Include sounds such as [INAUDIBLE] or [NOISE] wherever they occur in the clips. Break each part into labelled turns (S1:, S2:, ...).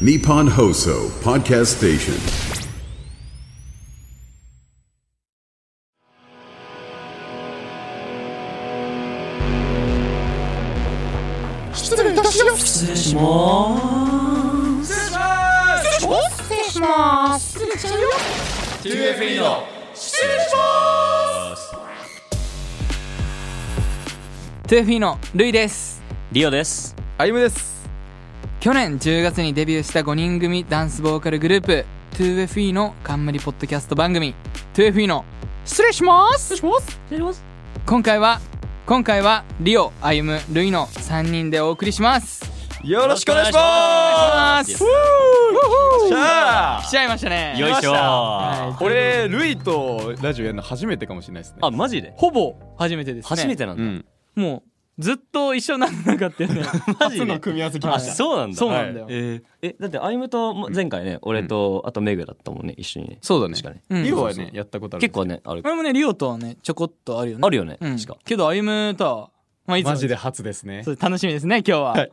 S1: Nippon Hoso Podcast Station.
S2: 失礼いたします失礼します失礼します失礼します失礼しちゃうよ
S3: TFE の
S2: 失礼しま
S4: 2F のルイです
S5: リオです
S3: 歩夢です
S4: 去年10月にデビューした5人組ダンスボーカルグループ 2FE の冠ポッドキャスト番組 2FE の失礼します今回は今回はリオ、歩夢ルイの3人でお送りします
S3: よろしくお願いし
S4: あ
S3: ます
S4: ー
S5: よ
S4: す
S3: し
S4: 来
S3: ゃあ
S4: ちゃいましたね
S5: よいしょ
S4: は
S5: あ
S3: 俺ルイとラジオやるの初めてかもしれないですね
S5: マジで
S4: ほぼ初めてですね
S5: 初めてなん
S3: う
S5: だ
S3: ん
S4: もうずっと一緒にならなかったよね
S5: マジで
S3: 組み合わせき
S5: あそうなんだ
S4: そうなんだよ
S5: はいえーえだって歩夢とも前回ね俺とあとメグだったもんね一緒にね
S3: そうだね
S5: 確かね
S4: うん
S3: リオはねやったことある
S5: 結構ねある
S4: 俺もねリオとはねちょこっとあるよね
S5: あるよね
S4: うん
S5: 確か
S4: けど歩夢とはまあいつも
S3: マジで初ですね
S4: そう楽しみですね今日は、
S3: はい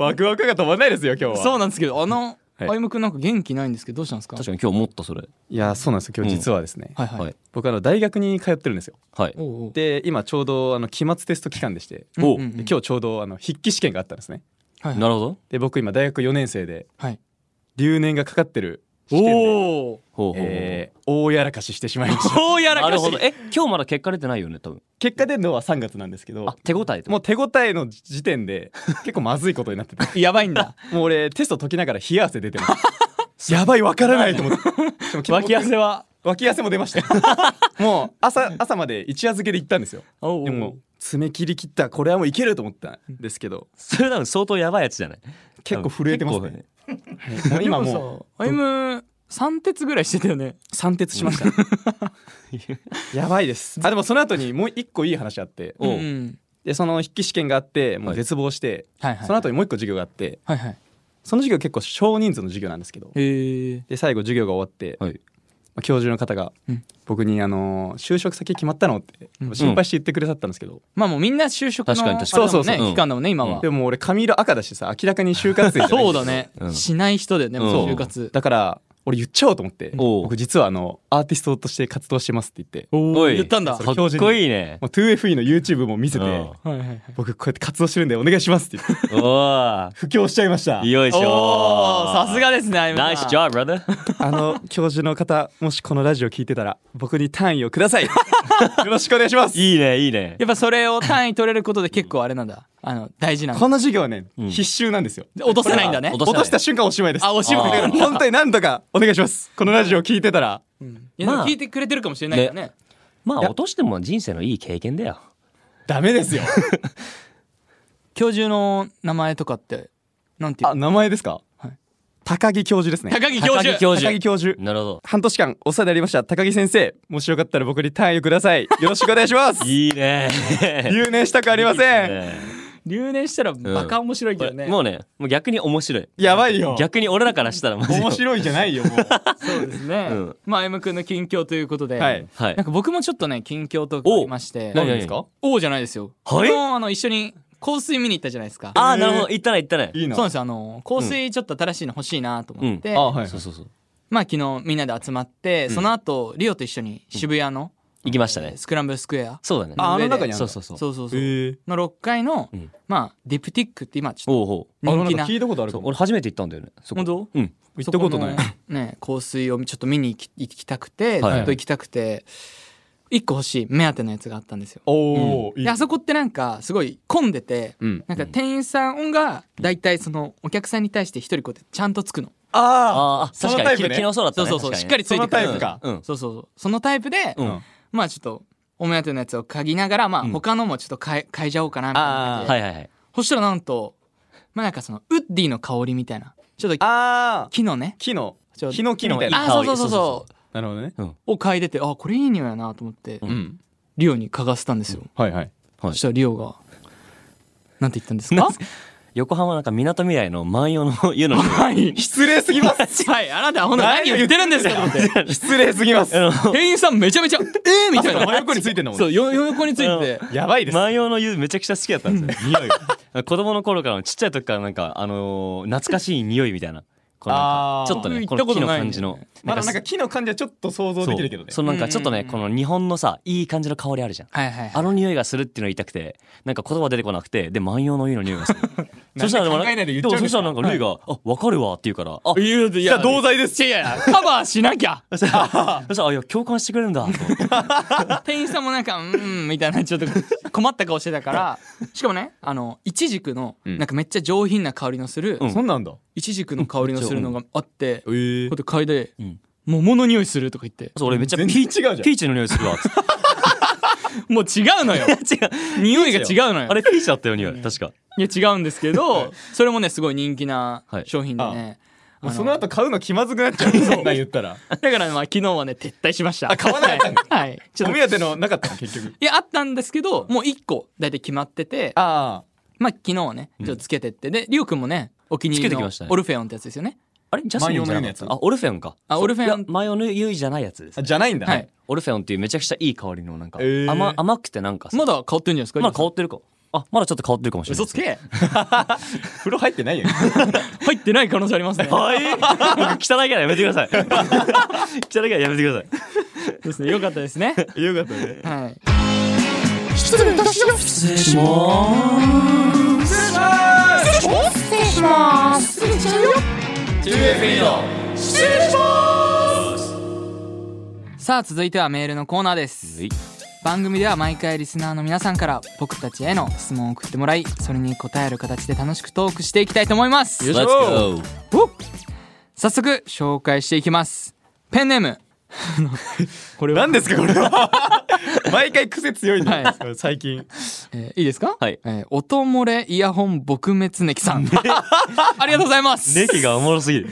S3: ワクワクが止まんないですよ今日は
S4: そうなんですけどあの歩
S3: はい
S4: 夢君なんか元気ないんですけどどうしたんですか
S5: 確かに今日もっとそれ
S3: いやそうなんですよ今日実はですね、
S4: はいはい、
S5: はい
S3: 僕あの大学に通ってるんですよ
S5: はい
S4: おうおう
S3: で今ちょうどあの期末テスト期間でして
S5: お
S4: うんうん
S3: で今日ちょうどあの筆記試験があったんですね
S4: はいはい
S5: なるほど
S3: で僕今大学4年生で
S4: はい
S3: 留年がかかってる試験で、
S4: おお
S5: ほうほうほう
S3: えー大やらかししてしまい [LAUGHS] ました
S4: こうやら
S5: な
S4: か
S5: る
S4: し
S5: ほどえ今日まだ結果出てないよね多分
S3: 結果出るのは3月なんですけど
S5: あ手応えと
S3: もう手応えの時点で結構まずいことになってて
S4: やばいんだ
S3: もう俺テスト解きながら冷や汗出てます [LAUGHS] やばいわからないと思ってしかも
S4: 脇
S3: 結構
S4: 汗は
S3: 脇汗も出
S4: [LAUGHS]
S3: ましたもう朝朝まで一夜漬けで行ったんですよ
S4: おうおう
S3: でも爪切り切ったこれはもういけると思ったんですけど
S5: それ多分相当やばいやつじゃない
S3: 結構震えてますねもう
S4: で
S3: 今
S4: も
S3: もう
S4: さ歩夢三鉄ぐらいしてたよね
S3: 三徹しましたやばいですあでもその後にもう一個いい話あって
S5: お
S4: う
S5: う
S4: ん
S3: でその筆記試験があってもう絶望して、
S4: はいはい
S3: その後にもう一個授業があって
S4: はいはい
S3: その授業結構少人数の授業なんですけど
S4: へえ
S3: で最後授業が終わって、
S5: はい
S3: まあ教授の方が
S4: うん
S3: 僕に、あのー就職先決まったの?」って心配して言ってくれたったんですけど、
S4: まあもうみんな就職の
S5: 確かに確か
S3: に
S4: あれだもんね
S3: そうそうそう
S5: うん
S4: 期間だもんね今は、
S3: でも俺髪色赤だしさ明らかに就活生じゃな
S4: [LAUGHS]
S3: い
S4: そうだね、
S5: うん
S4: しない人だよねもう
S5: うん
S4: 就活
S3: だから俺言っちゃおうと思って
S5: おう
S3: 僕実はあのアーティストとして活動してますって言って
S4: お
S5: おい
S4: 言ったんだ
S5: か
S4: は
S5: っこいいね
S3: もう 2FE の YouTube も見せて、
S5: うん
S4: いはいはい
S3: 僕こうやって活動してるんでお願いしますって言って
S5: お
S3: 布教しちゃいました
S5: ーよいしょ
S4: おーさすがですね歩夢さん
S5: ナイスジョブブラザー
S3: [LAUGHS] あの教授の方もしこのラジオ聞いてたら僕に単位をく
S4: [LAUGHS]
S3: ださいよろしくお願いします
S5: いいねいいね
S4: やっぱそれを単位取れることで結構あれなんだあの大事なんだ
S3: この授業はね、
S5: ん
S3: 必修なんですよ
S4: 落とせないんだね
S5: 落
S3: 落とした瞬間おしまいです
S4: あおしまい
S3: だから本当に何とかお願いしますこのラジオ聞いてたら
S4: いやでも
S5: まあ
S4: 聞いてくれてるかもしれないからね
S5: ねまあ落としても人生のいい経験だよ
S3: ダメですよ
S4: 教授の名前とかってなんていう
S3: あ
S4: の
S3: 名前ですか、
S4: はい
S3: 高木教授ですね
S4: 高木教授
S5: 高木教授
S3: 高木教授
S5: なるほど
S3: 半年間お世話になりました高木先生もしよかったら僕に単位をくださいよろしくお願いします
S5: いいね
S3: 留年したくありません
S4: 留年したらバカ面白いけどね、
S5: もうねもう逆に面白い
S3: やばいよ
S5: 逆に俺らからしたらマジで
S3: 面白いじゃないよもう
S4: そうですね、
S5: うん
S4: まあ M 君の近況ということで、
S3: はい
S5: はい
S4: なんか僕もちょっとね近況とかありまして
S5: お何
S3: 何ですか
S4: おおじゃないですよ、
S5: は
S4: 昨
S5: い
S4: 日あの一緒に香水見に行ったじゃないですか
S5: ああなるほど行ったね行ったね
S3: いい
S4: そう
S3: な
S4: なんですよあの香水ちょっと新しいの欲しいなと思って、
S5: う
S3: あはい
S5: そうそうそう
S4: まあ昨日みんなで集まって、その後リオと一緒に渋谷の
S5: 行きましたね
S4: スクランブルスクエア、
S5: そうだね
S3: ああの中にあるんだ
S5: そうそうそう
S4: そうそうそう、
S3: へえ
S4: の6階の、
S5: ん
S4: まあディプティックって今ちょっ
S5: おうお
S4: と
S5: う
S4: 人気
S3: あん
S4: な
S3: か聞いたことある
S5: そ
S3: か
S5: う
S3: も
S5: 俺初めて行ったんだよねそこ
S4: 本当
S5: うん
S3: 行ったことない
S4: そのね香水をちょっと見に行き行きたくて、
S5: はい
S4: ずっと行きたくて一個欲しい目当てのやつがあったんですよ
S3: おお、いい
S4: であそこってなんかすごい混んでて、
S3: うん
S4: なんか店員さんがだいたいそのお客さんに対して一人こうやってちゃんとつくの、
S3: あ
S5: あ
S3: あ
S5: あ確かに昨日昨日そうだった
S4: そう
S5: ね
S4: そうそう、しっ
S5: 確
S4: か
S5: に
S4: りついてくる
S3: そのタイプか
S5: うんうん
S4: そうそうそうそのタイプで、
S5: うん
S4: まあちょっとお目当てのやつを嗅ぎながらまあ
S5: ん
S4: 他のもちょっと変え変えちゃおうかなみたいな感じで、
S5: はいはいはい
S4: そしたらなんとまあなんかそのウッディの香りみたいなちょっと
S3: あー
S4: 木のね
S3: 木の
S4: ちょ
S3: ヒノキみたい
S5: 木の
S3: な
S5: 木
S4: あそうそうそう
S5: 香りそう
S4: そ
S5: そう
S3: なるほどね
S4: を嗅いでてあこれいい匂いやなと思って、
S3: うん
S4: リオに嗅がせたんですよ、
S3: はいはい
S5: は
S4: そ
S5: い
S4: したらリオがなんて言ったんです
S5: な
S4: か
S5: んす横浜なんか港未来の万葉の湯の中に
S4: はい
S3: 失礼すぎます
S4: はいあなたは本当に何を言ってるんですかと思
S5: [LAUGHS]
S4: って
S3: 失礼すぎます
S5: あの
S4: 店員さんめちゃめちゃえー、みたい
S3: 真
S4: な
S3: 横についてんのもん
S4: そうよよ横について
S3: やばいです
S5: 万葉の湯めちゃくちゃ好き [LAUGHS] だったんですよ匂いが子供の頃からのちっちゃい時からなんかあのー懐かしい匂いみたいなこうな
S4: あ
S5: ん
S4: ー
S5: かちょっとね
S4: 僕
S5: こ
S4: 行ったこと
S5: の木の
S4: ない
S5: 感じの
S3: まだなんか木の感じはちょっと想像
S5: そう
S3: できるけどね
S5: そのなんかちょっとね、
S4: うん
S5: この日本のさいい感じの香りあるじゃん
S4: はいはい
S5: あの匂いがするっていうのを言いたくてなんか言葉出てこなくてで万葉の湯の匂いがす
S3: [LAUGHS]
S5: るそしたらでも
S3: 考えないで言っちゃ
S5: も
S3: うん
S5: そ
S3: で
S5: し
S3: す
S5: た
S3: か
S5: な
S3: ら
S5: んかルイが「あ分かるわ」って言うから「あ
S4: いやい
S3: じゃあ同罪です
S4: いやいやカバーしなきゃ
S5: そしたらそしたらあいや共感してくれ
S3: [LAUGHS]
S5: るんだと思って
S4: [LAUGHS] 店員さんもなんか「うーん」みたいなちょっと困った顔してたからしかもねあのイチジクのなんかめっちゃ上品な香りのする、
S5: うん
S3: そんなんだ
S4: イチジクの香りのするのがあって、こう
S3: ええ
S4: やって嗅いで
S5: ん
S4: 「桃の匂いする」とか言って
S5: そう俺めっちゃピ
S3: 全然違うじゃん
S5: ピーチの匂い
S3: [LAUGHS]
S5: するわっつって
S4: もう違う
S5: [LAUGHS]
S4: のよ匂いが違うのよ
S5: あれピーチだったよ匂い確か
S4: いや違うんですけどそれもねすごい人気な
S5: はい
S4: 商品でね、
S3: もう
S4: あの
S3: その後買うの気まずくなっちゃうそんなん言ったら
S4: だからまあ昨日はね撤退しました
S3: あ買わなか [LAUGHS] ったんだ
S4: はい、はいちょっ
S3: お
S4: と
S3: 目当てのなかったの結局
S4: いやあったんですけどもう1個大体決まってて
S3: あ
S4: まあ昨日はねちょっとつけてってでリュウ君もねお気に入り
S5: つけてき
S4: の
S5: ましたね
S4: オルフェオンってやつですよね
S5: あれジャスミンじゃなかった
S3: 万葉の湯のやつ
S5: あオルフェオンか
S4: あ
S5: そう
S4: オルフェオン
S5: いや万葉の湯じゃないやつです
S3: あ
S5: ね
S3: じゃないんだ
S4: はい
S5: オルフェオンっていうめちゃくちゃいい香りのなんか
S3: えー
S5: 甘甘くてなんかさ
S4: まだ香ってるんじゃないですか
S5: まだ香ってるかあまだちょっと香ってるかもしれない
S4: 嘘つけ
S3: 風呂入って [LAUGHS] ないよ
S4: 入ってない可能性あり
S5: [LAUGHS]
S4: ますね
S5: はい。僕汚いからやめてください。 [LAUGHS] 汚いからやめてくださ
S4: ですねよかったですね
S3: い [LAUGHS] よかったね
S4: はい
S2: 失礼いたします失礼します失礼します失礼します失礼します
S4: さあ続いてはメールのコーナーです
S5: い。
S4: 番組では毎回リスナーの皆さんから僕たちへの質問を送ってもらいそれに答える形で楽しくトークしていきたいと思います
S5: Let's go。
S4: 早速紹介していきますペンネーム
S3: これ何ですかこれ [LAUGHS] は毎回癖強いんだ、
S4: は
S3: 最近
S4: えーいいですか
S5: はい
S4: えー音漏れイヤホン撲滅ネキさん [LAUGHS] ありがとうございます
S5: ネキがおもろすぎる。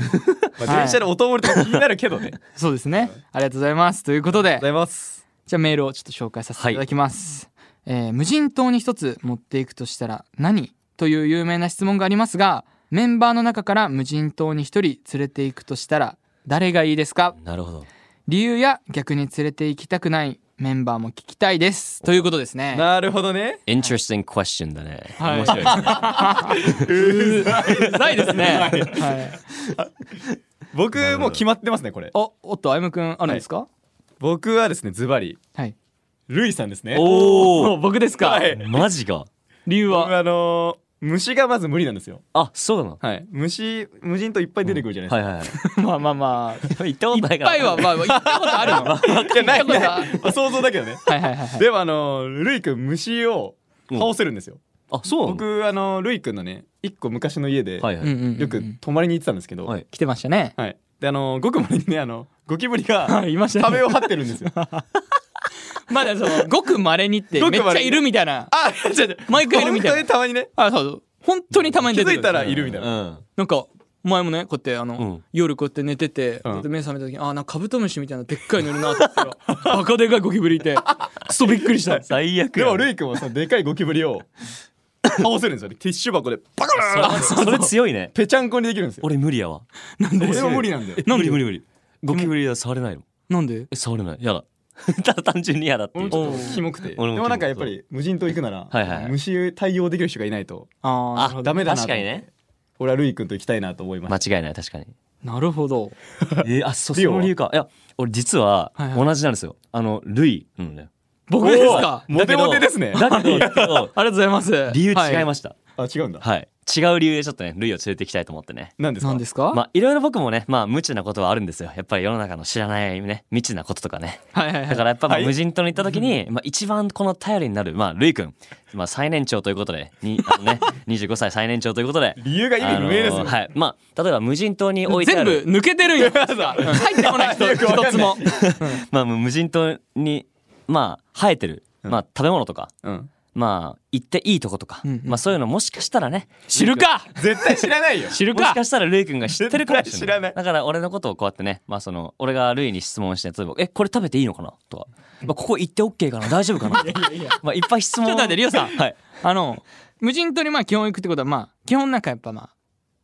S3: まあ電車の音漏れとか気になるけどねありがとう
S4: そうですねありがとうございますということで
S3: ございます
S4: じゃあメールをちょっと紹介させていただきます、えー無人島に一つ持っていくとしたら何という有名な質問がありますがメンバーの中から無人島に一人連れていくとしたら誰がいいですか
S5: なるほど。
S4: 理由や逆に連れて行きたくないメンバーも聞きたいですということですね
S3: なるほどね
S5: Interesting question だね。
S4: はい
S5: 面白いですね。
S4: ないですね、
S3: [LAUGHS] 僕もう決まってますねこれ
S4: おおっとあゆむくんあるんですか
S3: 僕はですねズバリ
S4: はい、
S3: ルイさんですね
S5: おお。
S4: 僕ですか、
S5: マジか。
S4: 理由
S3: 僕
S4: は
S3: あのー虫がまず無理なんですよ
S5: あ、そうなの。
S3: はい虫無人島いっぱい出てくるじゃないですか、
S5: はいはいはい。
S4: まあまあま [LAUGHS] あ
S5: 行ったことな
S4: い
S5: い
S4: っ
S5: から。
S4: ぱいはまあ言ったことあるのはい
S3: いやない
S4: 行
S3: な
S4: っ
S3: い、
S4: たことは
S3: まあ想像だけどね
S4: はいはいはい
S3: でもあのールイ君虫を倒せるんですよ、
S5: あ、そうなの。
S3: 僕あのールイ君のね一個昔の家で
S5: はいはい。
S3: よく泊まりに行ってたんですけど、
S5: はい
S4: 来てましたね
S3: はいであのーごくまれにねあのゴキブリが
S4: はいいましたね
S3: 壁を張ってるんで
S4: [LAUGHS]
S3: すよあ
S4: まだそのごくまれにって
S3: ご
S4: めっ
S3: く
S4: ちゃ
S3: 稀に
S4: いるみたいな
S3: 違う違う
S4: 毎回いるみたいな
S3: 本当にたまにね
S4: あそうそう本当にたまに
S3: 気
S4: 出て
S3: づ
S4: くる
S3: いたらいるみたいな、
S5: うん。
S4: なんか前もねこうやってあの、
S5: うん
S4: 夜こうやって寝てて、こうやって目覚めた時にあなんかカブトムシみたいなでっかいのいるなって言ったらバカでかいゴキブリいてクソびっくりした
S5: [LAUGHS] 最悪
S3: で
S5: や
S3: もルイ君はそのでかいゴキブリを倒せるんですよねティッシュ箱でバカーン
S5: それそれ強いね。
S3: ぺちゃんこにできるんですよ
S5: 俺無理やわ。
S4: なんで
S3: 俺も無理なんだよ
S5: 無理無理無理。ゴキブリは触れないの。
S4: なんで
S5: え触れない。やだ。 [LAUGHS] ただ単純にやだってい
S3: 俺
S5: う
S3: もち。ょっとキモくてで
S5: 俺もキモくて
S3: もなんかやっぱり無人島行くなら、
S5: はいはいはい
S3: 虫対応できる人がいないと
S4: ああなるほど
S5: あ
S3: ダメだなと
S5: 確かにね。
S3: 俺はルイ君と行きたいなと思います、
S5: 間違いない確かに。
S4: なるほど
S5: [LAUGHS] えーあそそ
S3: リオは
S5: の理由かいや俺実は
S4: はいはい
S5: 同じなんですよ、あのルイなんだよ
S4: 僕ですか
S3: おーモテモテですね
S5: だけどだけど
S4: ありがとうございます
S5: [LAUGHS] 理由違い
S4: は
S5: ました
S3: あ違うんだ、
S5: はい、違う理由でちょっとねルイを連れていきたいと思ってね
S3: なんですか
S4: なんですか、
S5: まあいろいろ僕もねまあ無知なことはあるんですよやっぱり世の中の知らないね未知なこととかね
S4: はいはいは
S5: だ
S4: い
S5: からやっぱまあ
S3: はい
S5: 無人島に行った時に、まあ、一番この頼りになる、まあ、ルイ君、まあ、最年長ということでにあの、ね、25歳最年長ということで
S3: 理由が意味不明ですよ、
S5: あのーはいまあ、例えば無人島に置いてあ
S4: 全部
S5: る
S4: 抜けてるんや入ってこない人
S3: よくわか
S4: 一つ
S3: んな
S4: も
S3: い
S5: [LAUGHS] まあ、無人島に、まあ、生えてる、まあ、食べ物とか、
S3: うん、
S5: まあ行っていいとことか、まあそういうのもしかしたらね
S4: 知るか
S3: 絶対知らないよ
S4: 知る
S5: もし
S4: か
S5: かしたらルイ君が知ってるかもしれない
S3: 絶対知らない
S5: だから俺のことをこうやってね、まあ、その俺がルイに質問して例えば「えこれ食べていいのかな?」とか、まあ「ここ行って OK かな大丈夫
S4: [LAUGHS]
S5: かな?」まあいっぱい質問
S4: ちょっと待ってリオさん
S5: [LAUGHS] はい
S4: あの無人島にまあ基本行くってことはまあ基本なんかやっぱま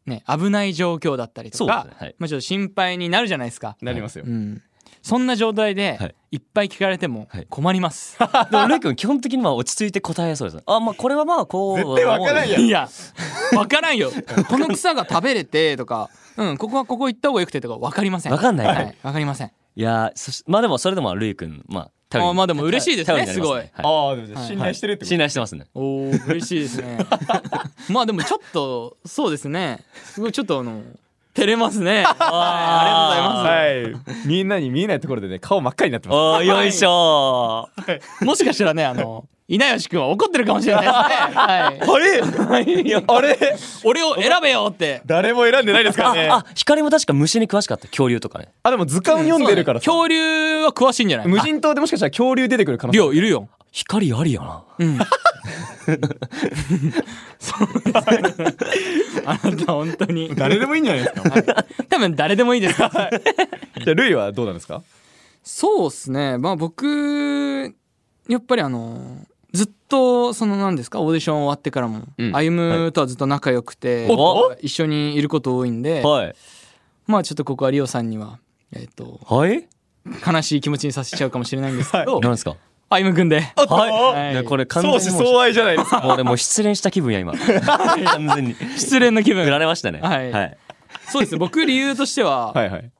S4: あね危ない状況だったりとか、
S5: そうですねはい
S4: まあちょっと心配になるじゃないですか、
S3: なりますよ、
S4: うん、そんな状態で、
S5: はい
S4: い、っぱい聞かれても
S5: はい
S4: 困り
S5: [LAUGHS]
S4: ます、
S5: でもルイ君基本的には落ち着いて答えそうですあまあこれはまあこう
S3: 絶対わからんや
S4: い、や分からんよこの草が食べれてとかうん、ここはここ行った方がよくてとか分かりません。
S5: わかんない
S4: はい、分かりません。
S5: いやーそしまあでもそれでもルイ君まあ頼り
S4: あーまあでも嬉しいですね
S5: 頼りになります
S4: す
S5: はい
S3: ああ、でもじゃあ信頼してるってこと
S5: 信頼してますね
S4: おお、嬉しいです
S5: [LAUGHS]
S4: ね。まあでもちょっと、そうですね。すごいちょっとあの、照れます
S5: [LAUGHS]
S4: ね。ありがとうございま
S6: はいみんなに見えないところでね顔真っ赤になってます
S5: おーよいしょー
S4: す。 [LAUGHS] もしかしたらね、あの、稲吉くんは怒ってるかもしれないですね。はい。
S3: あれあれ
S4: 俺を選べよって。
S3: 誰も選んでないですからね。
S5: あ光も確か虫に詳しかった恐竜とかね
S6: あでも図鑑読んでるからさ
S4: 恐竜は詳しいんじゃない
S6: 無人島でもしかしたら恐竜出てくる可能
S4: い
S6: 性
S4: や、いるよ。
S5: 光ありやな
S4: あなた本当に。
S3: 誰でもいいんじゃないですか。
S4: 多分誰でもいいです。
S6: じゃあルイはどうなんですか
S4: そうっすね。まあ僕、やっぱりあの、ずっと、その何ですか、オーディション終わってからも、歩むとはずっと仲良くて、
S5: お
S4: 一緒にいること多いんで、
S5: はい
S4: まあちょっとここはリオさんには、えっ、と、
S5: はい
S4: 悲しい気持ちにさせちゃうかもしれないんですけど、
S5: 何ですか
S4: 歩夢くんで。
S5: はいいやこれ完全
S3: 相思
S5: にもう
S3: 相愛じゃないですか。
S5: もう俺もう失恋した気分や [LAUGHS] 今完全に
S4: 失恋の気分
S5: 振。られましたね
S4: はい
S5: はい
S4: そうです。僕理由としては、
S6: はいはい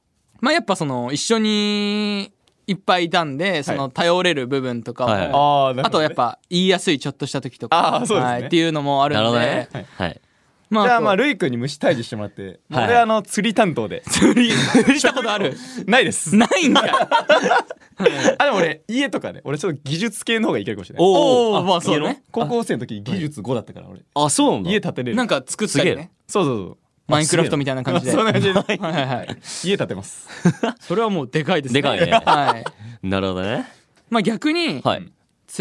S4: まあやっぱその、一緒にいっぱいいたんで、その、頼れる部分とかを、
S5: はい
S4: あ
S3: ああ、なるほどね
S4: とやっ。ぱ言いやすいちょっとした時とか、
S3: あーそうですね
S4: はいっていうのもあるん
S5: な
S4: で、
S5: るほどねはい
S4: ま
S3: じゃあまあ、
S4: ル
S3: ルイ君に虫退治してもらって。
S5: はい
S3: 俺あの、釣り担当で。
S4: ーした [LAUGHS]
S3: [LAUGHS]
S4: ことある
S3: ないです。
S4: ないんかい
S3: あ、でも俺、家とかね、俺ちょっと技術系の方がいけるかもしれない。
S5: おー
S4: お [LAUGHS] ーまあそうね
S3: 高校生の時技術5だったから俺。
S5: あそうなんだ
S3: 家建てれる。
S4: なんか作ったり
S5: すげ
S4: ね
S5: え
S3: そうそう
S4: マインクラフトみたいな感じで
S3: そう。そんな感じで
S4: [LAUGHS] はいはいはい
S3: 家建てます。
S4: それはもうでかいですね
S5: でかいね
S4: はい
S5: なるほどね
S4: まあ逆に連
S5: はい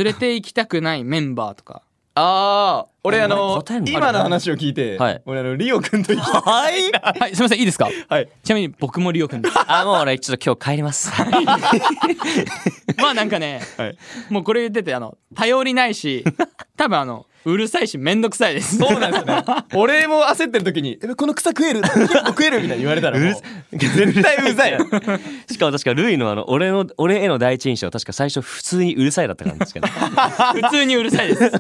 S4: れて行きたくないメンバーとか
S3: ああ、俺あの
S5: 答え、もあるな
S3: 今の話を聞いて
S5: はい、
S3: 俺あの、リオ君と行き
S4: [LAUGHS]
S3: たい。はい
S4: はいすいませんいいですか
S3: はい。
S4: ちなみに僕もリオく
S5: [LAUGHS]
S4: んです
S5: あもう俺ちょっと今日帰り [LAUGHS] ます
S4: まあなんかね
S3: はい
S4: もうこれ言っててあの頼りないし多分あのうるさいしめんどくさいです
S3: そうなんですよね。 [LAUGHS] 俺も焦ってる時に、えこの草食える [LAUGHS] キノコ食えるみたいに言われたらもう、絶対うるさい。
S5: しかも確かルイのあの俺の俺への第一印象確か最初普通にうるさいだったからですけど
S4: 普通にうるさいです、はい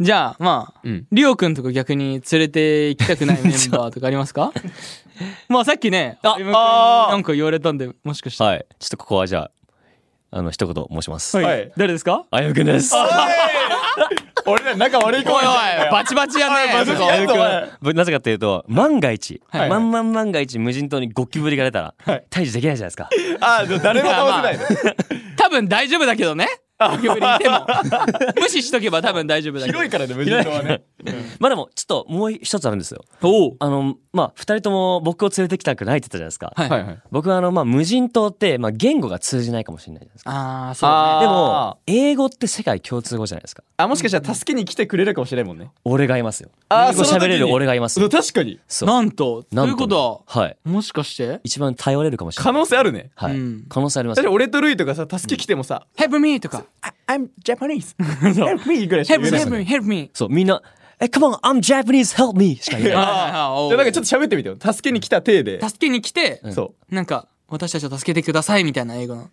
S4: じゃあまあ、リオくんとか逆に連れて行きたくないメンバーとかありますかまあさっきね
S5: あ
S4: 歩夢君
S3: あー
S4: なんか言われたんでもしかして、
S5: はいちょっとここはじゃああの一言申します
S3: はい
S4: 誰ですか
S5: あゆくんです
S3: 俺ら仲悪い子
S4: おいおいバチバチやね
S3: バチバチ
S4: そこ
S3: やる
S5: ぶなぜかというと万が一、
S3: はい
S5: 万万万が一無人島にゴキブリが出たら、
S3: はい
S5: 退治できないじゃないですか [LAUGHS]
S3: ああ、でも誰も倒せないの。
S4: 多分大丈夫だけどねゴキブリいても無視しとけば多分大丈夫だけど
S3: 広いからね、無人島は [LAUGHS] ね。
S5: まあでもちょっともう一つあるんですよあのまあ二人とも僕を連れてきたくないって言ったじゃないですか、
S4: はい
S3: はいはい。
S5: 僕はあのまあ無人島ってまあ言語が通じないかもしれないじゃないですか
S4: ああそうね
S3: あー
S5: でも英語って世界共通語じゃないですか
S3: あ、もしかしたら助けに来てくれるかもしれないもんね。
S5: 俺がいますよ
S3: あー
S5: 英語
S3: その
S5: 喋
S3: 時に
S5: れる俺がいますよ
S3: 確かに。
S5: そう
S4: なんと
S5: な
S4: と
S5: ん
S4: い
S5: と
S4: うことは
S5: はい
S4: もしかして
S5: 一番頼れるかもしれな
S3: 可
S5: い
S3: 能性あるね。
S5: はい、
S4: うん
S5: 可能性ありま
S3: だ
S5: す
S3: って俺とルイとかさ、助け来てもさ、
S4: Help me とか
S3: I'm [LAUGHS] Japanese. Help me ぐらいしか
S4: Help me
S3: 言えない。 [LAUGHS]
S4: help me help me
S5: そうみんな「え come on I'm Japanese help me」しか言えない
S4: あ
S3: じゃあなんかちょっと喋ってみてよ。助けに来た体で。
S4: 助けに来て、
S3: そ
S4: なんか私たちを助けてくださいみたいな英語の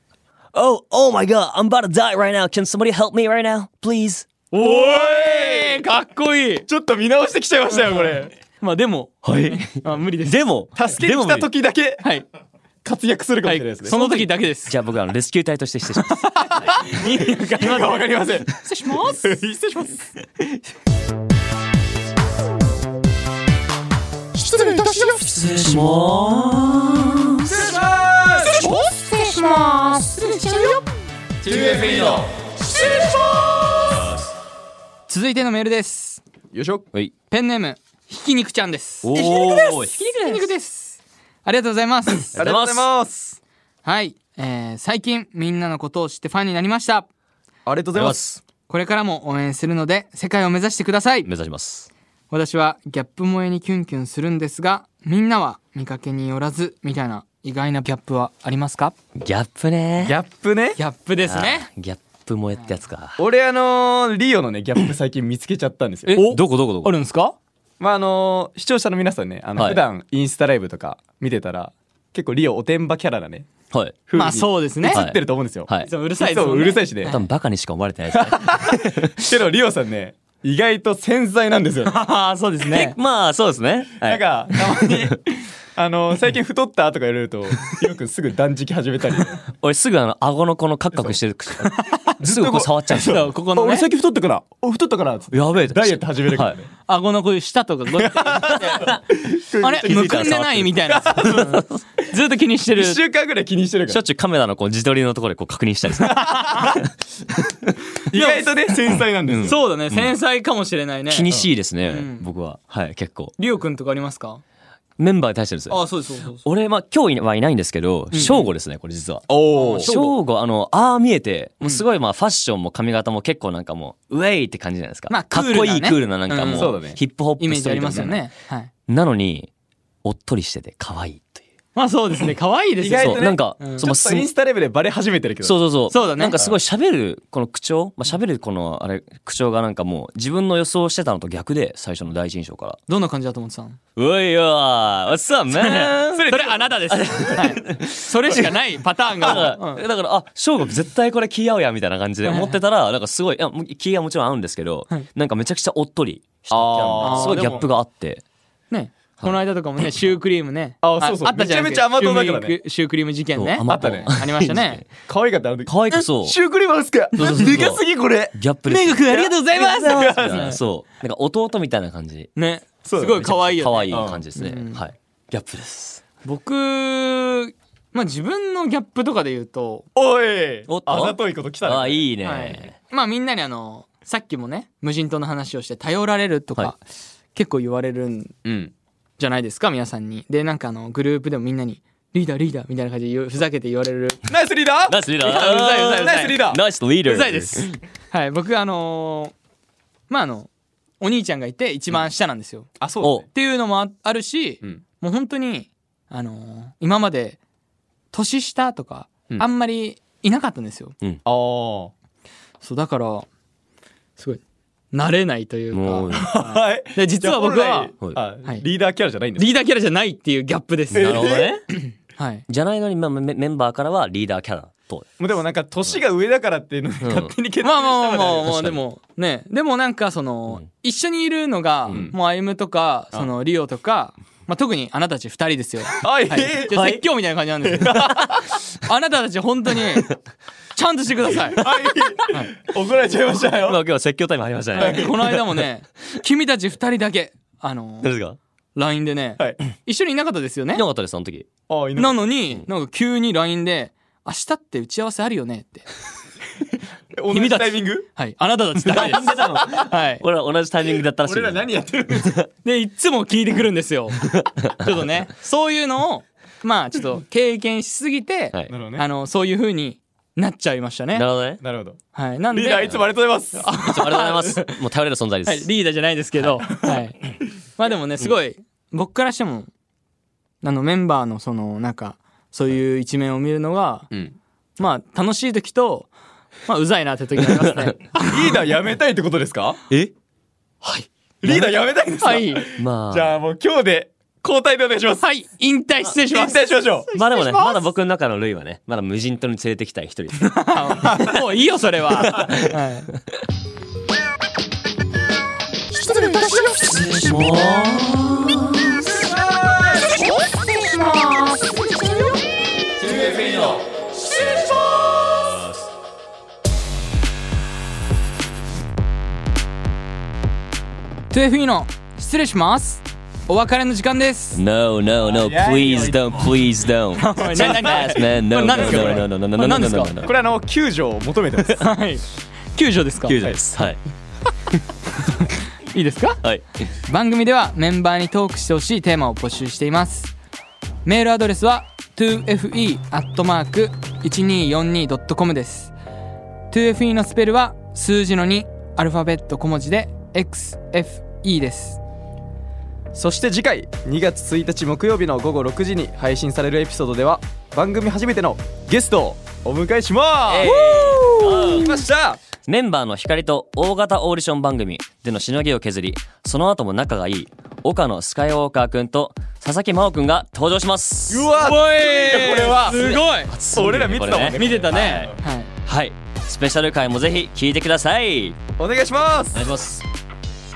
S5: Oh, oh my god, I'm about to die right now. Can somebody help me right now? Please.
S3: う。おーい
S4: かっこいい
S3: ちょっと見直してきちゃいましたよ、これ。 [LAUGHS]
S4: まあでも
S5: はい。
S4: あ無理です
S5: [LAUGHS] でも、
S3: 助けに来た
S5: でも
S3: 時だけ
S4: はい、
S3: 活躍するかも
S4: は
S3: しれない
S4: い、
S3: ですね。
S4: その時だけです
S5: じゃあ僕はあのレスキュー隊として失礼します。
S3: 今のわかり [LAUGHS] ません。
S4: 失礼します
S3: 失礼します。
S2: 失礼いたします。失礼します。失礼します。失礼します。失礼しちゃうよ。
S3: UFE の。よ
S4: 続いてのメールです
S3: いしょ。
S5: はい。
S4: ペンネームひき肉ちゃんです
S5: お
S4: ひ
S5: ー、ひき肉
S4: き肉ですありがとうございま
S3: あ
S4: す [LAUGHS]
S3: りがとうございます。
S4: はい、えー、最近みんなのことを知ってファンになりました
S3: ありがとうございます。
S4: これからも応援するので世界を目指してください
S5: 目指します。
S4: 私はギャップ萌えにキュンキュンするんですがみんなは見かけによらずみたいな意外なギャップはありますか
S5: ギャップね。
S3: ギャップね。
S4: ギャップですね
S5: あーギャップ萌えってやつか。
S3: 俺あのーリオのねギャップ最近見つけちゃったんですよ。
S5: どこどこどこ
S4: るんですか
S3: まああのー視聴者の皆さんねあの、
S5: はい
S3: 普段インスタライブとか見てたら結構リオおてんばキャラだね
S5: はい。
S3: 風に
S4: まあそうですね
S3: 映
S4: [LAUGHS]
S3: ってると思うんですよ。
S5: はい
S4: つもうるさいですもん
S3: そう
S4: ね
S3: うるさいしね
S5: 多。分バカにしか思われてないですね。
S3: けどリオさんね意外と繊細なんですよ。
S5: [LAUGHS]
S4: ああそうですね
S5: まあそうですね。は
S3: ないんかたまにあの最近太ったとか言われると
S7: よくすぐ断食始めたり。
S5: 俺すぐあの顎のこのカクカクしてるすぐこう触っちゃう
S4: そうここの
S7: 俺
S4: ね
S7: 最近太ったから。お太ったからっつって。
S5: やべえ
S7: ダイエット始めるからね。
S4: 顎のこういう下とかこうやってあれむくんでないみたいなずっと気にしてる
S7: 一週間ぐらい気にしてるか
S5: し
S7: ら
S5: ょっ。ちゅうカメラのこう自撮りのとこ [LAUGHS] ろでこう確認したりする
S3: 意外とね繊細なんですよ、
S4: そうだね繊細かもしれないね
S5: 気にしいですね、
S4: ん
S5: 僕ははい結構
S4: リオくんとかありますか
S5: メンバーに対してです
S4: あそうですそうです
S5: 俺まあ今日はいないんですけど正吾ですねこれ実は
S7: おお。
S5: 正吾あのああ見えてもうすごいまあファッションも髪型も結構なんかもうウェイって感じじゃないですか
S4: まあ
S5: かっこ
S4: クー
S5: い
S4: ルないね
S5: クールななんか
S4: うん
S5: も
S7: そう
S5: う
S7: だね
S5: ヒップホップ
S4: イメー
S5: ス
S4: ジ
S5: ト
S4: あ
S5: リ
S4: りま
S5: ートみ
S4: す
S5: たい
S4: よ
S5: な
S4: ねはい
S5: なのにおっとりしてて可愛いという
S4: まあそうですね可愛いですよ
S7: 意外
S5: そ
S7: と
S5: う
S7: ね
S5: なんか
S4: うん
S7: ち
S5: そ
S7: ょ
S5: の
S7: っとインスタレベルでバレ始めてるけど。
S5: そう
S7: う。
S5: そうそう。
S4: そうだね
S5: なんかすごい喋る、この口調、まあ、喋るこの、あれ、口調がなんかもう、自分の予想してたのと逆で、最初の第一印象から。
S4: どんな感じだと思ってたの
S5: おいよー、what's [LAUGHS] up, man?
S4: それあなたです、はい、それしかないパターンが、
S5: だから、だからあ、翔吾絶対これ気合うや、みたいな感じで思ってたら、なんかすごい、いや、もう気合はもちろん合うんですけど、なんかめちゃくちゃおっとりした気
S7: あ
S5: が
S4: ー
S5: すごいギャップがあって。
S4: ねこの間とかもねシュークリームね
S7: あそうそう
S4: ったじゃん
S7: めちゃめちゃ甘党だからね
S4: シュークリームシュークリーム事件ね
S5: そう甘
S7: 党あったね
S4: ありましたね
S7: 可愛かったあの時。
S5: 可愛くそう。
S7: シュークリームあるんすか。
S5: そうそうそう
S7: でかすぎこれ。
S5: ギャップです。
S4: 君ありがとうござい
S5: みたいな
S4: ま
S5: そう。なんか弟みたいな感じ。
S4: ねす
S7: そうだね
S4: ごい可愛いよね
S5: 可愛い感じですね。はい。ギャップです。
S4: 僕まあ自分のギャップとかで言うと、
S7: おい。
S5: おっと
S7: あざといこと来たね。
S5: あ、いいね。
S4: はいまあみんなにあのさっきもね無人島の話をして頼られるとか、
S5: は
S4: 結構言われるん
S5: うん。
S4: じゃないですか皆さんにでなんかあのグループでもみんなにリーダーリーダーみたいな感じで言うふざけて言われる
S7: ナイスリーダー。
S5: ナイスリーダー。
S4: うざいうざいうざい
S7: ナイスリーダー。
S5: ナイスリーダー。
S4: うざいです。はい、僕あのーまああのお兄ちゃんがいて一番下なんですよ。
S7: あそうだ
S5: お
S7: ね。
S4: っていうのもああるし、
S7: ん
S4: もう本当にあのー今まで年下とか、
S5: ん
S4: あんまりいなかったんですよ。
S7: あー
S4: そうだからすごい慣れないという
S5: もう
S4: か、
S7: はい。
S4: で実は僕は
S5: はい
S7: あ
S4: はい
S7: リーダーキャラじゃないんです。
S4: リーダーキャラじゃないっていうギャップです。
S5: なるほどね。
S4: はい。
S5: じゃないのに、まあ、メメンバーからはリーダーキャラと。
S7: もうでもなんか年が上だからっていうので勝手に決定した
S4: まあまあまあまあまあ
S7: あ。
S4: まあでもねでもなんかその、一緒にいるのが、もう歩夢とかそのリオとか、まあ、特にあなたたち二人ですよ。
S7: はい。
S4: はい、じゃあ説教みたいな感じなんですけど、あなたたち本当にちゃんとしてください。
S7: 怒られちゃいました
S5: まあ
S7: よ。
S5: 今日は説教タイムありましたね。
S4: この間もね君たち二人だけあの
S5: 何ですか
S4: LINE でね、
S7: はい。
S4: 一緒にいなかったですよね
S5: いなかったです、あの時。
S7: あい
S4: な
S7: な。
S4: のになんか急に LINE で「明日って打ち合わせあるよね」って
S7: 同じタイミング？
S4: 「はいあなたたちだけです」はい、
S5: 俺ら同じタイミングだったらしい。
S7: 俺ら何やってるんですか？
S4: でいっつも聞いてくるんですよちょっとねそういうのをまあちょっと経験しすぎて、
S5: はい。
S7: なるほど
S4: あ
S7: ね。
S4: のそういう風になっちゃいましたね
S5: なる。ほど
S4: [LAUGHS]
S5: ね。
S7: なるほど。
S4: はい、なんで
S7: リーダーいつもありがとうございます。
S5: ありがとうございます。もう頼れる存在
S4: は
S5: で
S4: い、
S5: す。
S4: リーダーじゃないですけど、はい、まあでもねすごい僕からしてもあのメンバーのそのなんかそういう一面を見るのが、
S5: ん
S4: まあ楽しい時と、まあ、うざいなって時がありますね。
S7: リーダーやめたいってことですか？
S5: え
S7: リーダーやめたいんですか？
S4: はい、
S5: ま
S7: じ
S5: あ。
S7: ゃあもう今日で交代でお願いします。
S4: はい、引退失礼し
S7: 引
S4: ます。
S7: 退しましょう。
S5: まあでもね、まだ僕の中のルイはね、まだ無人島に連れてきたい一人です。
S4: [LAUGHS] もういいよそれは。はい
S2: 失礼いたします。
S4: 2FE の失礼します。お別れの時間です。
S5: [LAUGHS] No,
S4: [LAUGHS]
S5: no, no, please don't, please don't.
S4: い
S5: Too
S4: 何何
S5: fast, man. No,
S4: [LAUGHS] これ
S5: no,
S4: 何ですかこれ何で
S5: no, no, no, no, no, no, no,
S4: すか
S5: no, no, no.
S7: これあの救助を求めてます。
S4: はい、救助ですか。
S5: 救助です。はい。
S4: [LAUGHS] いいですか。
S5: はい。
S4: 番組ではメンバーにトークしてほしいテーマを募集していますメールアドレスは 2fe.1242.com です 2fe のスペルは数字の2アルファベット小文字で xfe です
S7: そして次回2月1日木曜日の午後6時に配信されるエピソードでは番組初めてのゲストをお迎えします、えー、来ました
S5: メンバーの光と大型オーディション番組でのしのぎを削り、その後も仲がいい、岡野スカイウォーカーくんと佐々木真央くんが登場します。
S7: うわ
S4: お
S7: こ
S4: い
S7: れは
S4: すごい
S5: そう
S7: 俺ら見てたもんね
S5: これ
S4: 見てたね、はい、
S5: はい。スペシャル回もぜひ聞いてください。
S7: お願いします
S5: お願いします。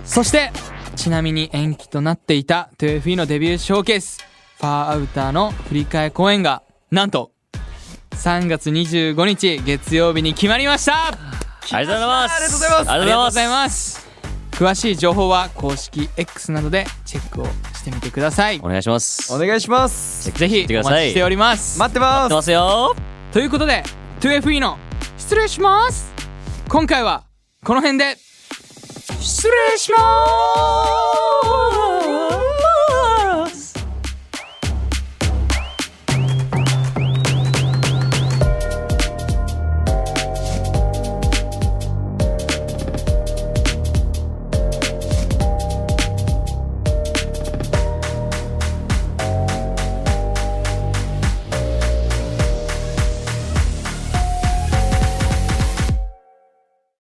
S4: そしてちなみに延期となっていた 2FE のデビューショーケースファーアウターの振り替え公演がなんと3月25日月曜日に決まりました
S5: ありがとうございます。ありがとうございます。あ
S4: あ
S5: り
S4: りがとう
S5: がとうご
S4: ご
S5: ざ
S4: ざ
S5: い
S4: い
S5: ま
S4: ます詳しい情報は公式 X などでチェックをしてみてください
S5: す。お願いします。
S7: お願いします
S4: ぜひ
S5: てくだ
S4: お
S5: さい
S4: 待ちしております
S7: 待ってま
S5: 待ってますよ。
S4: ということで 2FE の失礼します今回はこの辺で失礼します